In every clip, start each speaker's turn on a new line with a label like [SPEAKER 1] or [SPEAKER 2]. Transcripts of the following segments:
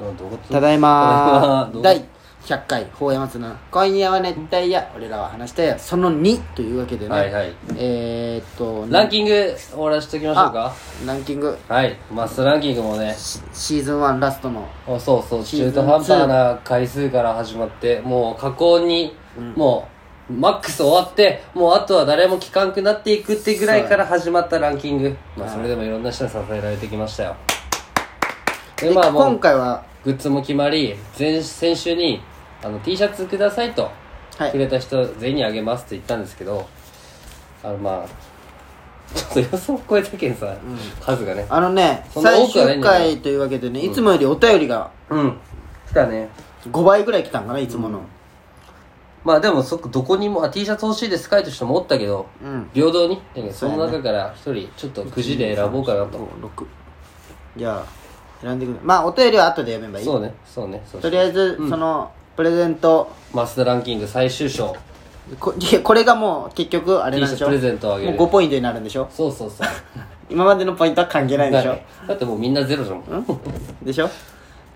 [SPEAKER 1] などこつ
[SPEAKER 2] ただいま
[SPEAKER 1] どう
[SPEAKER 2] 第100回「法山津の今夜は熱帯夜俺らは話したよ」その2というわけでね、
[SPEAKER 1] はいはい
[SPEAKER 2] えー、っと
[SPEAKER 1] ランキング終わらせておきましょうか
[SPEAKER 2] ランキング
[SPEAKER 1] はいマスランキングもね
[SPEAKER 2] シシーズン1ラストの
[SPEAKER 1] おそうそう
[SPEAKER 2] シーズ
[SPEAKER 1] 中
[SPEAKER 2] ン
[SPEAKER 1] 途半端な回数から始まってもう加工に、もうマックス終わってもうあとは誰も聞かんくなっていくってぐらいから始まったランキングまあそれでもいろんな人に支えられてきましたよで
[SPEAKER 2] で
[SPEAKER 1] まあも
[SPEAKER 2] 今
[SPEAKER 1] う
[SPEAKER 2] 回は
[SPEAKER 1] グッズも決まり前先週にあの T シャツくださいと
[SPEAKER 2] はい
[SPEAKER 1] くれた人全員にあげますって言ったんですけどあのまあちょっと予想を超えたけんさ、数がね
[SPEAKER 2] あのね
[SPEAKER 1] そんな
[SPEAKER 2] 最
[SPEAKER 1] 多くはない
[SPEAKER 2] 終
[SPEAKER 1] んだけど
[SPEAKER 2] 回というわけでねいつもよりお便りが
[SPEAKER 1] うん来たね
[SPEAKER 2] 5倍ぐらい来たんかないつもの
[SPEAKER 1] まあでもそこどこにもあ T シャツ欲しいですかいと人もおったけど、
[SPEAKER 2] うん
[SPEAKER 1] 平等にだけど
[SPEAKER 2] そ
[SPEAKER 1] そう
[SPEAKER 2] やね
[SPEAKER 1] の中から一人ちょっとくじで選ぼうかなと
[SPEAKER 2] 6じゃあ選んでくれまあお便りは後でやめばいい
[SPEAKER 1] そうねそうねそう
[SPEAKER 2] とりあえず、そのプレゼント
[SPEAKER 1] マスダランキング最終章
[SPEAKER 2] こいやこれがもう結局あれなんでしょ
[SPEAKER 1] T シャツプレゼントをあげる
[SPEAKER 2] もう5ポイントになるんでしょ
[SPEAKER 1] そうそうそう
[SPEAKER 2] 今までのポイントは関係ないでし
[SPEAKER 1] だ
[SPEAKER 2] ょ
[SPEAKER 1] ねだってもうみんなゼロじゃん
[SPEAKER 2] でしょ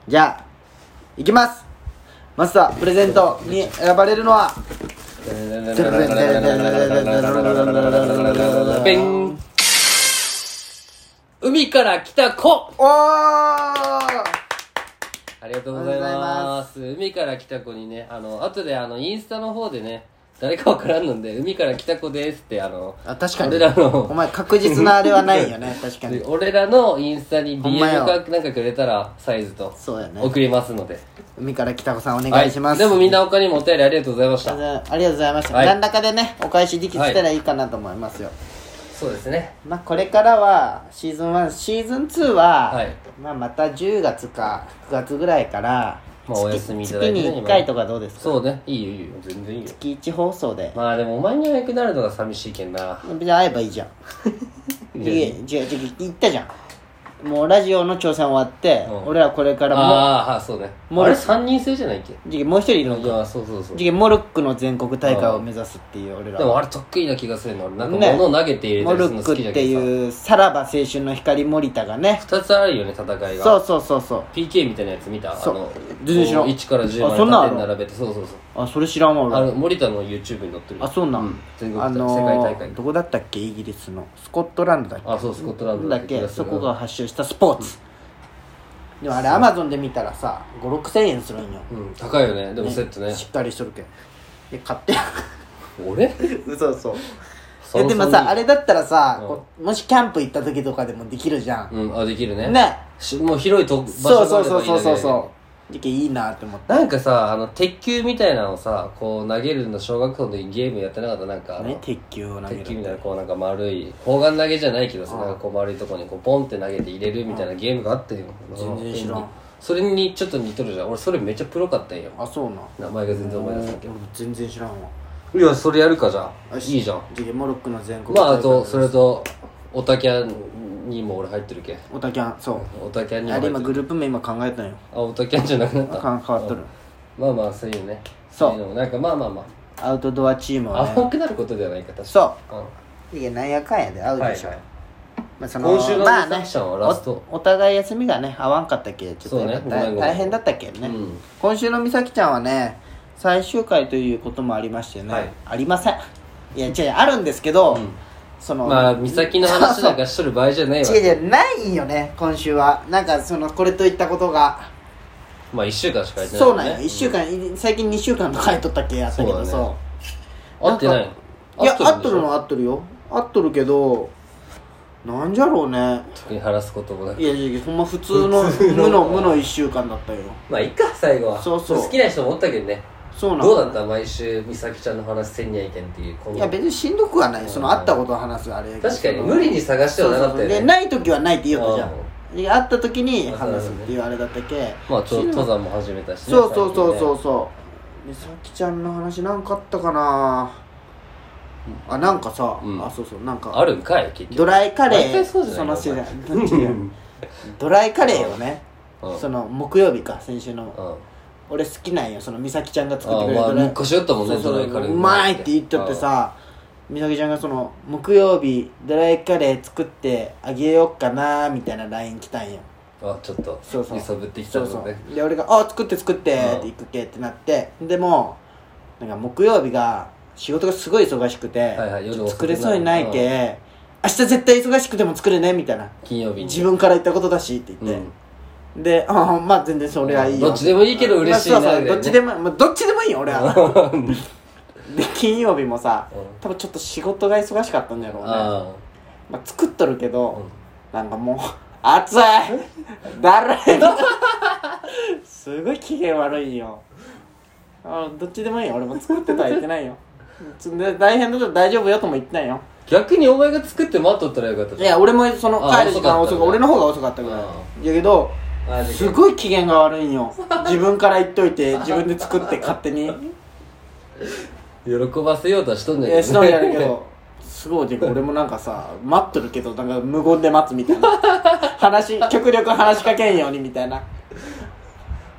[SPEAKER 2] じゃあいきますマスタープレゼントに選ばれるのは
[SPEAKER 1] ペン海から来た子
[SPEAKER 2] おー
[SPEAKER 1] ありがとうございます海から来た子にねあの後であのインスタの方でね誰かわからんので海から来た子ですってあの
[SPEAKER 2] あ確かに
[SPEAKER 1] 俺らの
[SPEAKER 2] お前確実なあれはないよね確かに
[SPEAKER 1] 俺らのインスタに
[SPEAKER 2] ほんま
[SPEAKER 1] DM
[SPEAKER 2] よ
[SPEAKER 1] かなんかくれたらサイズと
[SPEAKER 2] そうやね
[SPEAKER 1] 送りますので
[SPEAKER 2] 海から来た子さんお
[SPEAKER 1] お
[SPEAKER 2] 願いします、
[SPEAKER 1] でもみんな他にもお便りありがとうございまし
[SPEAKER 2] あり
[SPEAKER 1] た
[SPEAKER 2] がとうございました、
[SPEAKER 1] はい
[SPEAKER 2] 何らかでねお返しできたらいいかなと思いますよ、
[SPEAKER 1] そうですね
[SPEAKER 2] まあこれからはシーズン1シーズン2は、
[SPEAKER 1] はい
[SPEAKER 2] まあまた10月か9月ぐらいから、
[SPEAKER 1] まあお休みいただ
[SPEAKER 2] 月
[SPEAKER 1] いて
[SPEAKER 2] に
[SPEAKER 1] ね
[SPEAKER 2] 1回とかどうですか
[SPEAKER 1] そうねいいよいいよ全然いいよ
[SPEAKER 2] 月1放送で、
[SPEAKER 1] まあでもお前に会えなくなるのが寂しいけんな
[SPEAKER 2] 別に会えばいいじゃ んいや違う違う言ったじゃんもうラジオの挑戦終わって、
[SPEAKER 1] うん
[SPEAKER 2] 俺らこれからも
[SPEAKER 1] ああーそうね
[SPEAKER 2] もう
[SPEAKER 1] あれ3人制じゃないっけ
[SPEAKER 2] じゃあもう一人いる
[SPEAKER 1] い
[SPEAKER 2] の
[SPEAKER 1] やそうそうそう
[SPEAKER 2] じゃあモルックの全国大会を目指すっていう俺ら
[SPEAKER 1] でもあれ得意な気がするの俺なんか
[SPEAKER 2] ね
[SPEAKER 1] 物を投げて入れた
[SPEAKER 2] モ
[SPEAKER 1] りす
[SPEAKER 2] ル
[SPEAKER 1] る
[SPEAKER 2] ッ
[SPEAKER 1] の
[SPEAKER 2] ク
[SPEAKER 1] 好
[SPEAKER 2] っ
[SPEAKER 1] きじゃ
[SPEAKER 2] て
[SPEAKER 1] けどさ
[SPEAKER 2] いうさらば青春の光森田がね
[SPEAKER 1] 2つあるよね戦いが
[SPEAKER 2] そうそうそうそう
[SPEAKER 1] PK みたいなやつ見たあ
[SPEAKER 2] そう
[SPEAKER 1] の
[SPEAKER 2] 全然知らん
[SPEAKER 1] 1から10
[SPEAKER 2] あそんなん
[SPEAKER 1] まで縦に
[SPEAKER 2] ある
[SPEAKER 1] 並べてそうそうそう
[SPEAKER 2] あそれ知らんわ俺
[SPEAKER 1] あの森田の YouTube に載ってる
[SPEAKER 2] あそうなん、
[SPEAKER 1] 全国
[SPEAKER 2] あ
[SPEAKER 1] 大会、
[SPEAKER 2] の
[SPEAKER 1] 世
[SPEAKER 2] ー
[SPEAKER 1] 界大会
[SPEAKER 2] どこだったっけイギリスのスコットランドだっけ
[SPEAKER 1] あそうスコットランド
[SPEAKER 2] だ
[SPEAKER 1] だ
[SPEAKER 2] っ
[SPEAKER 1] った気
[SPEAKER 2] け
[SPEAKER 1] がす
[SPEAKER 2] そ
[SPEAKER 1] るな
[SPEAKER 2] こが発祥したスポーツ、でもあれアマゾンで見たらさ5 6千円するんよ、
[SPEAKER 1] うん高いよねでもセットね
[SPEAKER 2] しっかりしとるけんで買って
[SPEAKER 1] 俺
[SPEAKER 2] 嘘そう
[SPEAKER 1] そ
[SPEAKER 2] え
[SPEAKER 1] ろそろ
[SPEAKER 2] でもさあれだったらさ、
[SPEAKER 1] うん
[SPEAKER 2] こうもしキャンプ行った時とかでもできるじゃん、
[SPEAKER 1] うんあできるね
[SPEAKER 2] ね
[SPEAKER 1] しもう広いと
[SPEAKER 2] そ
[SPEAKER 1] 場
[SPEAKER 2] う
[SPEAKER 1] 所が
[SPEAKER 2] そ
[SPEAKER 1] あ
[SPEAKER 2] う
[SPEAKER 1] れ
[SPEAKER 2] そ
[SPEAKER 1] ば
[SPEAKER 2] う
[SPEAKER 1] いい
[SPEAKER 2] そう
[SPEAKER 1] だけ
[SPEAKER 2] そう
[SPEAKER 1] で
[SPEAKER 2] そうでけいいなって思った
[SPEAKER 1] なんかさあの鉄球みたいなのをさこう投げるの小学校の時ゲームやってなかったなんかあの
[SPEAKER 2] ね鉄球を投げ
[SPEAKER 1] 鉄球み
[SPEAKER 2] る
[SPEAKER 1] たいなこうなんか丸い砲丸投げじゃないけどさなんかこう丸いとこにこうポンって投げて入れるみたいなゲームがあったよ
[SPEAKER 2] 全然知らん
[SPEAKER 1] それにちょっと似とるじゃん俺それめっちゃプロかったんよ
[SPEAKER 2] あそうな
[SPEAKER 1] 名前が全然思い出せんけ
[SPEAKER 2] 俺も全然知らんわ
[SPEAKER 1] どいやそれやるかじゃあ
[SPEAKER 2] よし
[SPEAKER 1] いいじゃん
[SPEAKER 2] でモロックの全国
[SPEAKER 1] まああ
[SPEAKER 2] 大会
[SPEAKER 1] とそれとオタキャンにも俺入ってるけ
[SPEAKER 2] オタキャンそう
[SPEAKER 1] オタキャンにも
[SPEAKER 2] あれ今
[SPEAKER 1] 入ってる
[SPEAKER 2] グループ名今考えたんよ
[SPEAKER 1] あオタキャンじゃなくなっ
[SPEAKER 2] あ
[SPEAKER 1] た
[SPEAKER 2] かん変わっとる
[SPEAKER 1] まあまあそういうね
[SPEAKER 2] そう
[SPEAKER 1] いのもなんかまあまあま
[SPEAKER 2] アウトドアチーム
[SPEAKER 1] あ
[SPEAKER 2] はね
[SPEAKER 1] 甘くなることではないか確
[SPEAKER 2] そ
[SPEAKER 1] か
[SPEAKER 2] ういやなんやかんやで会
[SPEAKER 1] に
[SPEAKER 2] う
[SPEAKER 1] は
[SPEAKER 2] で
[SPEAKER 1] い
[SPEAKER 2] しょ、
[SPEAKER 1] はい
[SPEAKER 2] まあ、そ
[SPEAKER 1] 今週の
[SPEAKER 2] まあ
[SPEAKER 1] サ
[SPEAKER 2] ね
[SPEAKER 1] クションはラスト
[SPEAKER 2] おお互い休みがね合わんかったけちょっとやっぱ
[SPEAKER 1] そうねごめんご
[SPEAKER 2] 大
[SPEAKER 1] めん
[SPEAKER 2] 大変だったっけね、
[SPEAKER 1] うん
[SPEAKER 2] 今週の美咲ちゃんはね最終回ということもありましてね、
[SPEAKER 1] はい
[SPEAKER 2] ありませんいや違うあるんですけど、その
[SPEAKER 1] まあ美咲の話なんかしとる場合じゃないわ
[SPEAKER 2] 違う違うないよね今週はなんかそのこれといったことが
[SPEAKER 1] まあ1週間しかやってない
[SPEAKER 2] そうなん
[SPEAKER 1] ね
[SPEAKER 2] や1週間、最近2週間とか入っとったっけやったけ
[SPEAKER 1] そうだ
[SPEAKER 2] ど
[SPEAKER 1] ね
[SPEAKER 2] そう
[SPEAKER 1] 会ってない
[SPEAKER 2] いや合っとる
[SPEAKER 1] んでし
[SPEAKER 2] の
[SPEAKER 1] ょ
[SPEAKER 2] 合っとるよ合っとるけどなんじゃろうね
[SPEAKER 1] 特に話すこともなく
[SPEAKER 2] いやいやほんま普通の
[SPEAKER 1] 普通の
[SPEAKER 2] 無の無の1週間だったよ
[SPEAKER 1] まあいいか最後は
[SPEAKER 2] そうそう
[SPEAKER 1] 好きな人もおったけどね
[SPEAKER 2] そうなん
[SPEAKER 1] どうだった毎週美咲ちゃんの話せんにゃいけんっていうこの
[SPEAKER 2] いや別にしんどくはないその
[SPEAKER 1] うん
[SPEAKER 2] 会ったことを話すあれやけど
[SPEAKER 1] 確かに
[SPEAKER 2] その
[SPEAKER 1] 無理に探してはなかった
[SPEAKER 2] そうそうそうで
[SPEAKER 1] よね
[SPEAKER 2] ない時はないって言おうとじゃんで会った時に
[SPEAKER 1] あ
[SPEAKER 2] 話すっていうあれだったけ
[SPEAKER 1] まあちょ
[SPEAKER 2] しんど
[SPEAKER 1] 登山も始めたしね
[SPEAKER 2] そうそうそうそう
[SPEAKER 1] 最
[SPEAKER 2] そうでさきちゃんの話なんかあったかなあなんかさ、
[SPEAKER 1] うん
[SPEAKER 2] あそうそうなん
[SPEAKER 1] 近ねあ
[SPEAKER 2] か
[SPEAKER 1] るんかい結局
[SPEAKER 2] ドライカレ
[SPEAKER 1] 毎
[SPEAKER 2] ー
[SPEAKER 1] 回そうじゃない
[SPEAKER 2] そ
[SPEAKER 1] お
[SPEAKER 2] の
[SPEAKER 1] 前
[SPEAKER 2] 違う違う ドライカレーをね、
[SPEAKER 1] うん
[SPEAKER 2] その木曜日か先週の、
[SPEAKER 1] うん
[SPEAKER 2] 俺好きなんよその美咲ちゃんが作っ
[SPEAKER 1] あ
[SPEAKER 2] てくれる
[SPEAKER 1] ま
[SPEAKER 2] ド
[SPEAKER 1] あ
[SPEAKER 2] ライ
[SPEAKER 1] 見っ越しよったもんね
[SPEAKER 2] そうそう
[SPEAKER 1] ドライカレー
[SPEAKER 2] うまいって言っとってさ美咲ちゃんがその木曜日ドライカレー作ってあげようかなみたいな LINE 来たんよ
[SPEAKER 1] あちょっと
[SPEAKER 2] そうそう
[SPEAKER 1] 揺さぶってきたのね
[SPEAKER 2] そうそうで俺が「あ作って作って」って行くけってなってでもうなんか木曜日が仕事がすごい忙しくて、
[SPEAKER 1] はいはい夜遅くなる
[SPEAKER 2] 作れそうにないけ、明日絶対忙しくても作れねみたいな
[SPEAKER 1] 金曜日に
[SPEAKER 2] 自分から言ったことだしって言って、でああまあ全然それはいいよ
[SPEAKER 1] どっちでもいいけど嬉しいな
[SPEAKER 2] まあそうそう
[SPEAKER 1] みたいなね
[SPEAKER 2] どっちでも、まあ、どっちでもいいよ 俺はで金曜日もさ、
[SPEAKER 1] うん
[SPEAKER 2] 多分ちょっと仕事が忙しかったんだろうね
[SPEAKER 1] あ
[SPEAKER 2] まあ、作っとるけど、なんかもう 暑いだるいすごい機嫌悪いよあどっちでもいいよ俺も作ってとは言ってないよつで大変だけど大丈夫よとも言ってないよ
[SPEAKER 1] あ逆にお前が作って待っとったらよかった
[SPEAKER 2] い
[SPEAKER 1] じゃん
[SPEAKER 2] や俺もその
[SPEAKER 1] あ
[SPEAKER 2] 帰る時間
[SPEAKER 1] 遅かった
[SPEAKER 2] 遅
[SPEAKER 1] ね
[SPEAKER 2] く俺の方が遅かったぐらい
[SPEAKER 1] あ
[SPEAKER 2] やけど
[SPEAKER 1] あです
[SPEAKER 2] ごい機嫌が悪いんよ自分から言っといて自分で作って勝手に
[SPEAKER 1] 喜ばせようとはしとんじゃ
[SPEAKER 2] いやしとんやるけ
[SPEAKER 1] ね
[SPEAKER 2] どすごいで俺もなんかさ待っとるけどなんか無言で待つみたいな話極力話しかけんようにみたいな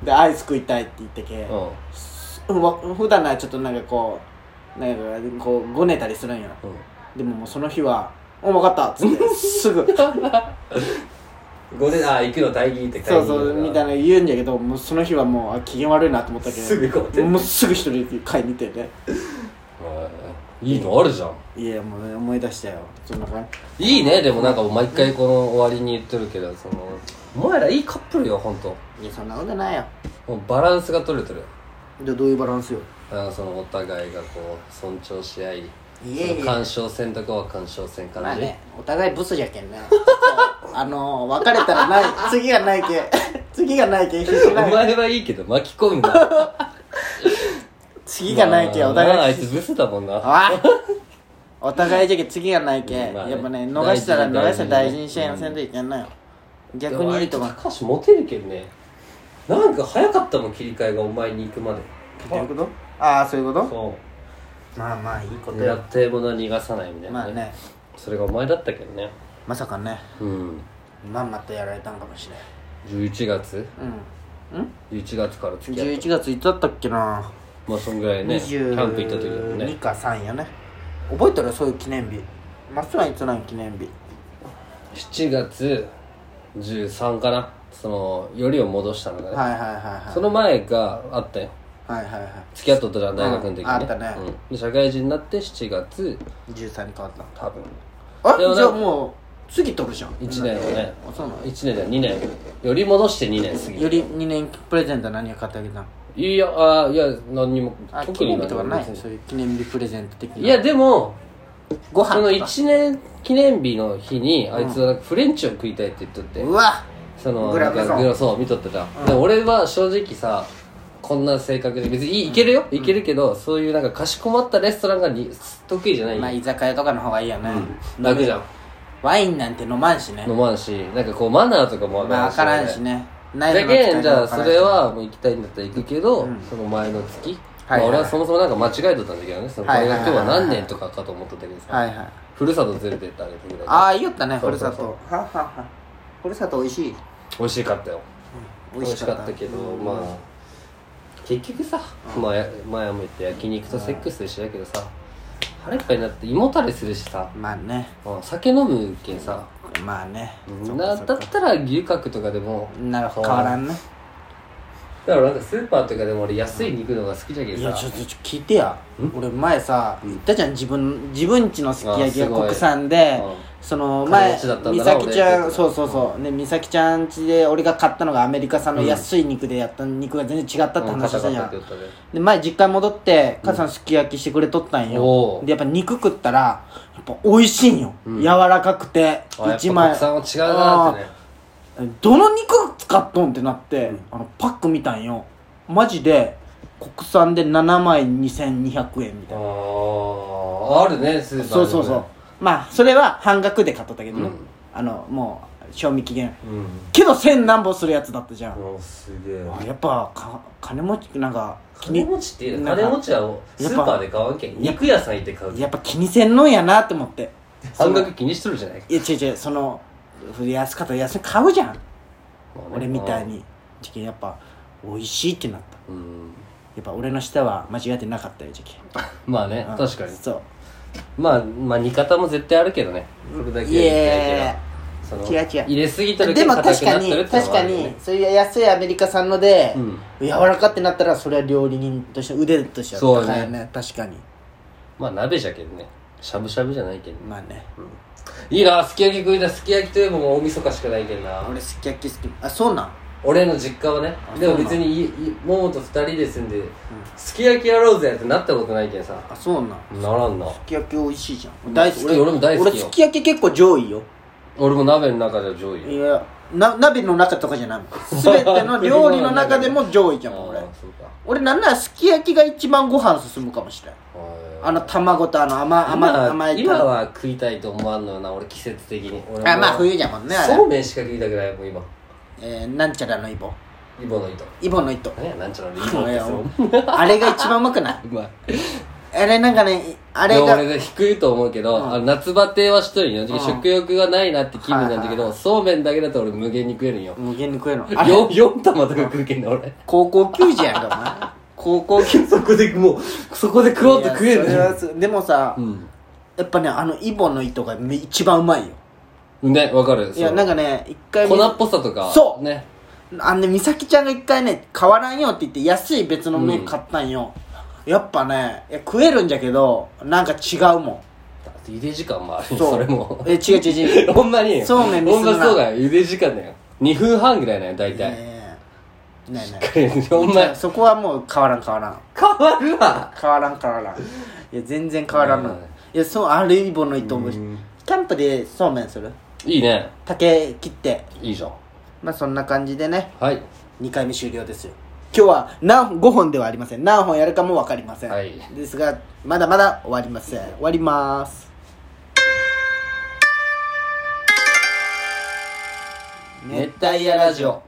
[SPEAKER 2] でアイス食いたいって言ってけ、
[SPEAKER 1] うん
[SPEAKER 2] うんわ普段ならちょっとなんかこうなんかこうごねたりするんよ
[SPEAKER 1] うん
[SPEAKER 2] でももうその日は「お分かった」っつって すぐ
[SPEAKER 1] ごであ行くの大義って
[SPEAKER 2] そうそうみたい
[SPEAKER 1] な
[SPEAKER 2] な言うんだけどもうその日はもうあ機嫌悪いなと思ったけど
[SPEAKER 1] すぐこうやって
[SPEAKER 2] もうすぐ一人で買いに行ってね
[SPEAKER 1] いいのあるじゃん
[SPEAKER 2] いやもうね思い出したよそんな感じ
[SPEAKER 1] いいねでもなんか毎回この終わりに言ってるけどそのお前らいいカップルよ本当
[SPEAKER 2] いやそんなことないよ
[SPEAKER 1] もうバランスが取れてる
[SPEAKER 2] じゃあどういうバランスよ
[SPEAKER 1] なんかそのお互いがこう尊重し合い
[SPEAKER 2] いえいえ
[SPEAKER 1] その干渉せんとこは干渉せん感じ、
[SPEAKER 2] まあねお互いブスじゃけんね あの別れたらない次がないけ 次がないけ必死
[SPEAKER 1] お
[SPEAKER 2] な
[SPEAKER 1] 前はいいけど巻き込むな
[SPEAKER 2] 次がないけお
[SPEAKER 1] まああ
[SPEAKER 2] 互
[SPEAKER 1] い
[SPEAKER 2] い
[SPEAKER 1] つブスだもんな
[SPEAKER 2] あお互いじゃけ次がないけ、
[SPEAKER 1] まあね
[SPEAKER 2] やっぱね逃したら逃
[SPEAKER 1] 大事
[SPEAKER 2] した
[SPEAKER 1] に
[SPEAKER 2] ら大事にしやんせんといけんのよ、逆に言うと
[SPEAKER 1] でもあ
[SPEAKER 2] か
[SPEAKER 1] いつ高橋モテるけんねなんか早かったもん切り替えがお前に行くまで
[SPEAKER 2] どういうことああそういうこと
[SPEAKER 1] そ
[SPEAKER 2] まあまあいいこ
[SPEAKER 1] う
[SPEAKER 2] と
[SPEAKER 1] 狙
[SPEAKER 2] よ
[SPEAKER 1] ってものは逃がさないみたい
[SPEAKER 2] ま
[SPEAKER 1] な、
[SPEAKER 2] あね
[SPEAKER 1] それがお前だったけどね
[SPEAKER 2] まさかね
[SPEAKER 1] うん
[SPEAKER 2] まんまとやられたんかもしれ
[SPEAKER 1] 11月
[SPEAKER 2] んうんん
[SPEAKER 1] 11月から付き合って
[SPEAKER 2] 11月いつだったっけな、
[SPEAKER 1] まあそんぐらいねキ
[SPEAKER 2] 22
[SPEAKER 1] ャンプ行った時だもんね
[SPEAKER 2] か3やね覚えてるそういう記念日まっすぐはいつなん記念日
[SPEAKER 1] 7月13かなそのよりを戻したのがね、
[SPEAKER 2] はいはいはいはい
[SPEAKER 1] その前があったよ
[SPEAKER 2] はいはいは
[SPEAKER 1] 付き合っとったじゃん大学の時に、ね
[SPEAKER 2] うんあったね
[SPEAKER 1] うんで社会人になって7月
[SPEAKER 2] い13に変わった
[SPEAKER 1] 多分
[SPEAKER 2] あ
[SPEAKER 1] でもね
[SPEAKER 2] じゃあもう次取るじゃん
[SPEAKER 1] 1年をね
[SPEAKER 2] あそうな
[SPEAKER 1] 1年だ2年より戻して2年過ぎ
[SPEAKER 2] の
[SPEAKER 1] る
[SPEAKER 2] より2年プレゼントは何を買ってあげたの
[SPEAKER 1] いやあいや何にも
[SPEAKER 2] あ
[SPEAKER 1] 特
[SPEAKER 2] 記
[SPEAKER 1] に
[SPEAKER 2] 念日
[SPEAKER 1] 何
[SPEAKER 2] と
[SPEAKER 1] も
[SPEAKER 2] かない
[SPEAKER 1] 別に
[SPEAKER 2] そういう記念日プレゼント的ない
[SPEAKER 1] やでも
[SPEAKER 2] ご
[SPEAKER 1] その
[SPEAKER 2] 飯とか
[SPEAKER 1] 1年記念日の日にあいつはなんかフレンチを食いたいって言っとって、
[SPEAKER 2] うわ
[SPEAKER 1] その
[SPEAKER 2] グラメゾ
[SPEAKER 1] な
[SPEAKER 2] ン
[SPEAKER 1] んかグラそう見とったじゃん、で俺は正直さこんな性格で別にいいいけるよ、いけるけどそういうなんかかしこまったレストランがに得意じゃない、
[SPEAKER 2] まあ居酒屋とかの方がいいよね
[SPEAKER 1] 楽じゃん
[SPEAKER 2] ワインなんて飲まんしね
[SPEAKER 1] 飲まんしなんかこうマナーとかもわ
[SPEAKER 2] まあ分からんし
[SPEAKER 1] ね
[SPEAKER 2] ねない
[SPEAKER 1] だ
[SPEAKER 2] のが来
[SPEAKER 1] け
[SPEAKER 2] た
[SPEAKER 1] んじ
[SPEAKER 2] りとか
[SPEAKER 1] ゃ
[SPEAKER 2] わ
[SPEAKER 1] あ
[SPEAKER 2] か
[SPEAKER 1] そ
[SPEAKER 2] らんし
[SPEAKER 1] れはもう行きたいんだったら行くけど、その前の月、
[SPEAKER 2] はいはい
[SPEAKER 1] まあ、俺はそもそもなんか間違えとったんだけどねその
[SPEAKER 2] はい
[SPEAKER 1] 大
[SPEAKER 2] はいはい
[SPEAKER 1] 学は何年とかかと思っとったけどさ、
[SPEAKER 2] はいはい
[SPEAKER 1] ふるさと連れてってあげてくれ
[SPEAKER 2] ああ言ったねふ
[SPEAKER 1] そう
[SPEAKER 2] る
[SPEAKER 1] そ
[SPEAKER 2] さ
[SPEAKER 1] うそう
[SPEAKER 2] とはははふるさと美味しい
[SPEAKER 1] 美味しかったよ美味しかったけど、まあ結局さ、まあ、や前も言った焼肉とセックスと一緒だけどさ腹いっぱいになって胃もたれするしさ、
[SPEAKER 2] まあね
[SPEAKER 1] まあ酒飲むけんさ、
[SPEAKER 2] まあね
[SPEAKER 1] なだったら牛角とかでも
[SPEAKER 2] なるほど変わらんね
[SPEAKER 1] だからなんかスーパーとかでも俺安い肉のが好きじゃけ
[SPEAKER 2] い
[SPEAKER 1] ど
[SPEAKER 2] や
[SPEAKER 1] さ
[SPEAKER 2] ちょっとちょ聞いてや俺前さ言ったじゃん自分自分家のすき焼きが
[SPEAKER 1] あすごい
[SPEAKER 2] 国産で
[SPEAKER 1] うん
[SPEAKER 2] その
[SPEAKER 1] 金
[SPEAKER 2] 前
[SPEAKER 1] 持ちだったん
[SPEAKER 2] 美
[SPEAKER 1] だな
[SPEAKER 2] 咲ちゃ
[SPEAKER 1] 俺
[SPEAKER 2] んそうそうそうね美咲ちゃん家で俺が買ったのがアメリカ産の安い肉でやった肉が全然違ったって話したじゃ
[SPEAKER 1] うん硬かったって言っ
[SPEAKER 2] ん
[SPEAKER 1] たね
[SPEAKER 2] で前実家に戻って母さんすき焼きしてくれとったんよ
[SPEAKER 1] おう
[SPEAKER 2] でやっぱ肉食ったらやっぱ美味しいんよ柔らかくて
[SPEAKER 1] あやっぱ
[SPEAKER 2] 一枚
[SPEAKER 1] 国産は違うなってね
[SPEAKER 2] どの肉使っとんってなって、あのパック見たんよマジで国産で7枚2200円みた
[SPEAKER 1] あ
[SPEAKER 2] いな、
[SPEAKER 1] ーあるねスーパーでも
[SPEAKER 2] そ
[SPEAKER 1] ね
[SPEAKER 2] うそうそうまあそれは半額で買っとったけどね、
[SPEAKER 1] うん
[SPEAKER 2] あのもう賞味期限
[SPEAKER 1] うん
[SPEAKER 2] けど千何本するやつだったじゃん、
[SPEAKER 1] もうすげえ
[SPEAKER 2] あやっぱか金持ちなんか気に
[SPEAKER 1] 金持ちっていうの
[SPEAKER 2] なんか
[SPEAKER 1] 金持ちはもう
[SPEAKER 2] やっ
[SPEAKER 1] ス
[SPEAKER 2] ぱ
[SPEAKER 1] ーパーで買わんけん肉屋さん行って買う
[SPEAKER 2] やっぱ気にせんのんやなって思って
[SPEAKER 1] 半額気にしとるじゃないか
[SPEAKER 2] いや違う違うその安かったら安い買うじゃん俺みたいにじゃけんやっぱ美味しいってなった
[SPEAKER 1] うん
[SPEAKER 2] やっぱ俺の舌は間違ってなかったよじゃけん
[SPEAKER 1] まあね
[SPEAKER 2] うん
[SPEAKER 1] 確かに
[SPEAKER 2] そう
[SPEAKER 1] まあまあ似方も絶対あるけどねそれだけ
[SPEAKER 2] いやいやいや
[SPEAKER 1] そその
[SPEAKER 2] 違う違う
[SPEAKER 1] 入れすぎた時
[SPEAKER 2] でも
[SPEAKER 1] 硬
[SPEAKER 2] 確
[SPEAKER 1] くな
[SPEAKER 2] か
[SPEAKER 1] って
[SPEAKER 2] に
[SPEAKER 1] るっての
[SPEAKER 2] 確
[SPEAKER 1] もあ
[SPEAKER 2] か
[SPEAKER 1] るよ
[SPEAKER 2] に
[SPEAKER 1] ね
[SPEAKER 2] そういう安いアメリカ産ので、
[SPEAKER 1] うん
[SPEAKER 2] 柔らかってなったらそれは料理人として腕として
[SPEAKER 1] そ
[SPEAKER 2] は
[SPEAKER 1] うね
[SPEAKER 2] 高いよね確かに
[SPEAKER 1] まあ鍋じゃけんねしゃぶしゃぶじゃないけんね
[SPEAKER 2] まあね、
[SPEAKER 1] いいなすき焼き食いたいすき焼きといえばもう大晦日しかないけんな
[SPEAKER 2] 俺すき焼き好きあそうなん
[SPEAKER 1] 俺の実家はね
[SPEAKER 2] あ
[SPEAKER 1] でも
[SPEAKER 2] そうな
[SPEAKER 1] 別
[SPEAKER 2] ん
[SPEAKER 1] にいい桃と二人で住んで、すき焼きやろうぜってなったことないけんさ
[SPEAKER 2] あそうなん
[SPEAKER 1] ならんな
[SPEAKER 2] すき焼き美味しいじゃん大好き
[SPEAKER 1] 俺俺も大好きよ
[SPEAKER 2] 俺すき焼き結構上位よ
[SPEAKER 1] 俺も鍋の中では上位
[SPEAKER 2] いやな鍋の中とかじ ゃないもん全ての料理の中でも上位じゃん俺
[SPEAKER 1] あーそうか
[SPEAKER 2] 俺なんならすき焼きが一番ご飯進むかもしれん
[SPEAKER 1] あ
[SPEAKER 2] あの卵とあの甘甘甘い
[SPEAKER 1] 今
[SPEAKER 2] 卵
[SPEAKER 1] は食いたいと思わんのよな俺季節的に俺
[SPEAKER 2] あまあ冬じゃもんねあれ
[SPEAKER 1] そうめんしか食いたくないもう今
[SPEAKER 2] えー、なんちゃらのイボ
[SPEAKER 1] イボの糸
[SPEAKER 2] イボの糸
[SPEAKER 1] 何やなんちゃらのイボってそう
[SPEAKER 2] あれが一番うまくない
[SPEAKER 1] うまい
[SPEAKER 2] あれなんかねあ
[SPEAKER 1] で
[SPEAKER 2] れ
[SPEAKER 1] も
[SPEAKER 2] が
[SPEAKER 1] 俺ね低いと思うけど、
[SPEAKER 2] ん
[SPEAKER 1] あの夏バテはしとるんよ、
[SPEAKER 2] ん
[SPEAKER 1] 食欲がないなって気分なんだけど、
[SPEAKER 2] はいはいは
[SPEAKER 1] そうめんだけだと俺無限に食えるんよ
[SPEAKER 2] 無限に食えるのあれ
[SPEAKER 1] よ4玉とか食うけんね俺
[SPEAKER 2] 高校球児やんかお前高校球児
[SPEAKER 1] そこでもうそこ で食おうと食える
[SPEAKER 2] いやそれはすでもさ、
[SPEAKER 1] ん
[SPEAKER 2] やっぱねあのイボの糸がめ一番うまいよ
[SPEAKER 1] ねわかる
[SPEAKER 2] いや
[SPEAKER 1] そう
[SPEAKER 2] なんかね一回
[SPEAKER 1] 粉っぽさとか
[SPEAKER 2] そう
[SPEAKER 1] ね
[SPEAKER 2] あのね美咲ちゃんが一回ね変わらんよって言って安い別のメイク買ったんよ、やっぱねいや食えるんじゃけどなんか違うもん
[SPEAKER 1] だって茹で時間もあるよ
[SPEAKER 2] そ
[SPEAKER 1] そうれも
[SPEAKER 2] え違う違う違う
[SPEAKER 1] ほんまに
[SPEAKER 2] そうめんにす
[SPEAKER 1] ほ
[SPEAKER 2] る
[SPEAKER 1] ん
[SPEAKER 2] な
[SPEAKER 1] まそうだよ茹で時間だよ2分半ぐらいなんよ大体、
[SPEAKER 2] ねえねえねえ
[SPEAKER 1] ほんま
[SPEAKER 2] じゃあそこはもう変わらん変わらん
[SPEAKER 1] 変わるわ
[SPEAKER 2] 変わらん変わらんいや全然変わらんの、
[SPEAKER 1] うん
[SPEAKER 2] いやそうあるイボの糸もキ
[SPEAKER 1] ん
[SPEAKER 2] ャンプでそうめんする
[SPEAKER 1] いいね
[SPEAKER 2] 竹切って
[SPEAKER 1] いいじゃん
[SPEAKER 2] まあそんな感じでね
[SPEAKER 1] はい
[SPEAKER 2] 2回目終了ですよ今日は何5本ではありません何本やるかも分かりません、
[SPEAKER 1] はい
[SPEAKER 2] ですがまだまだ終わりません終わります
[SPEAKER 1] 熱帯夜ラジオ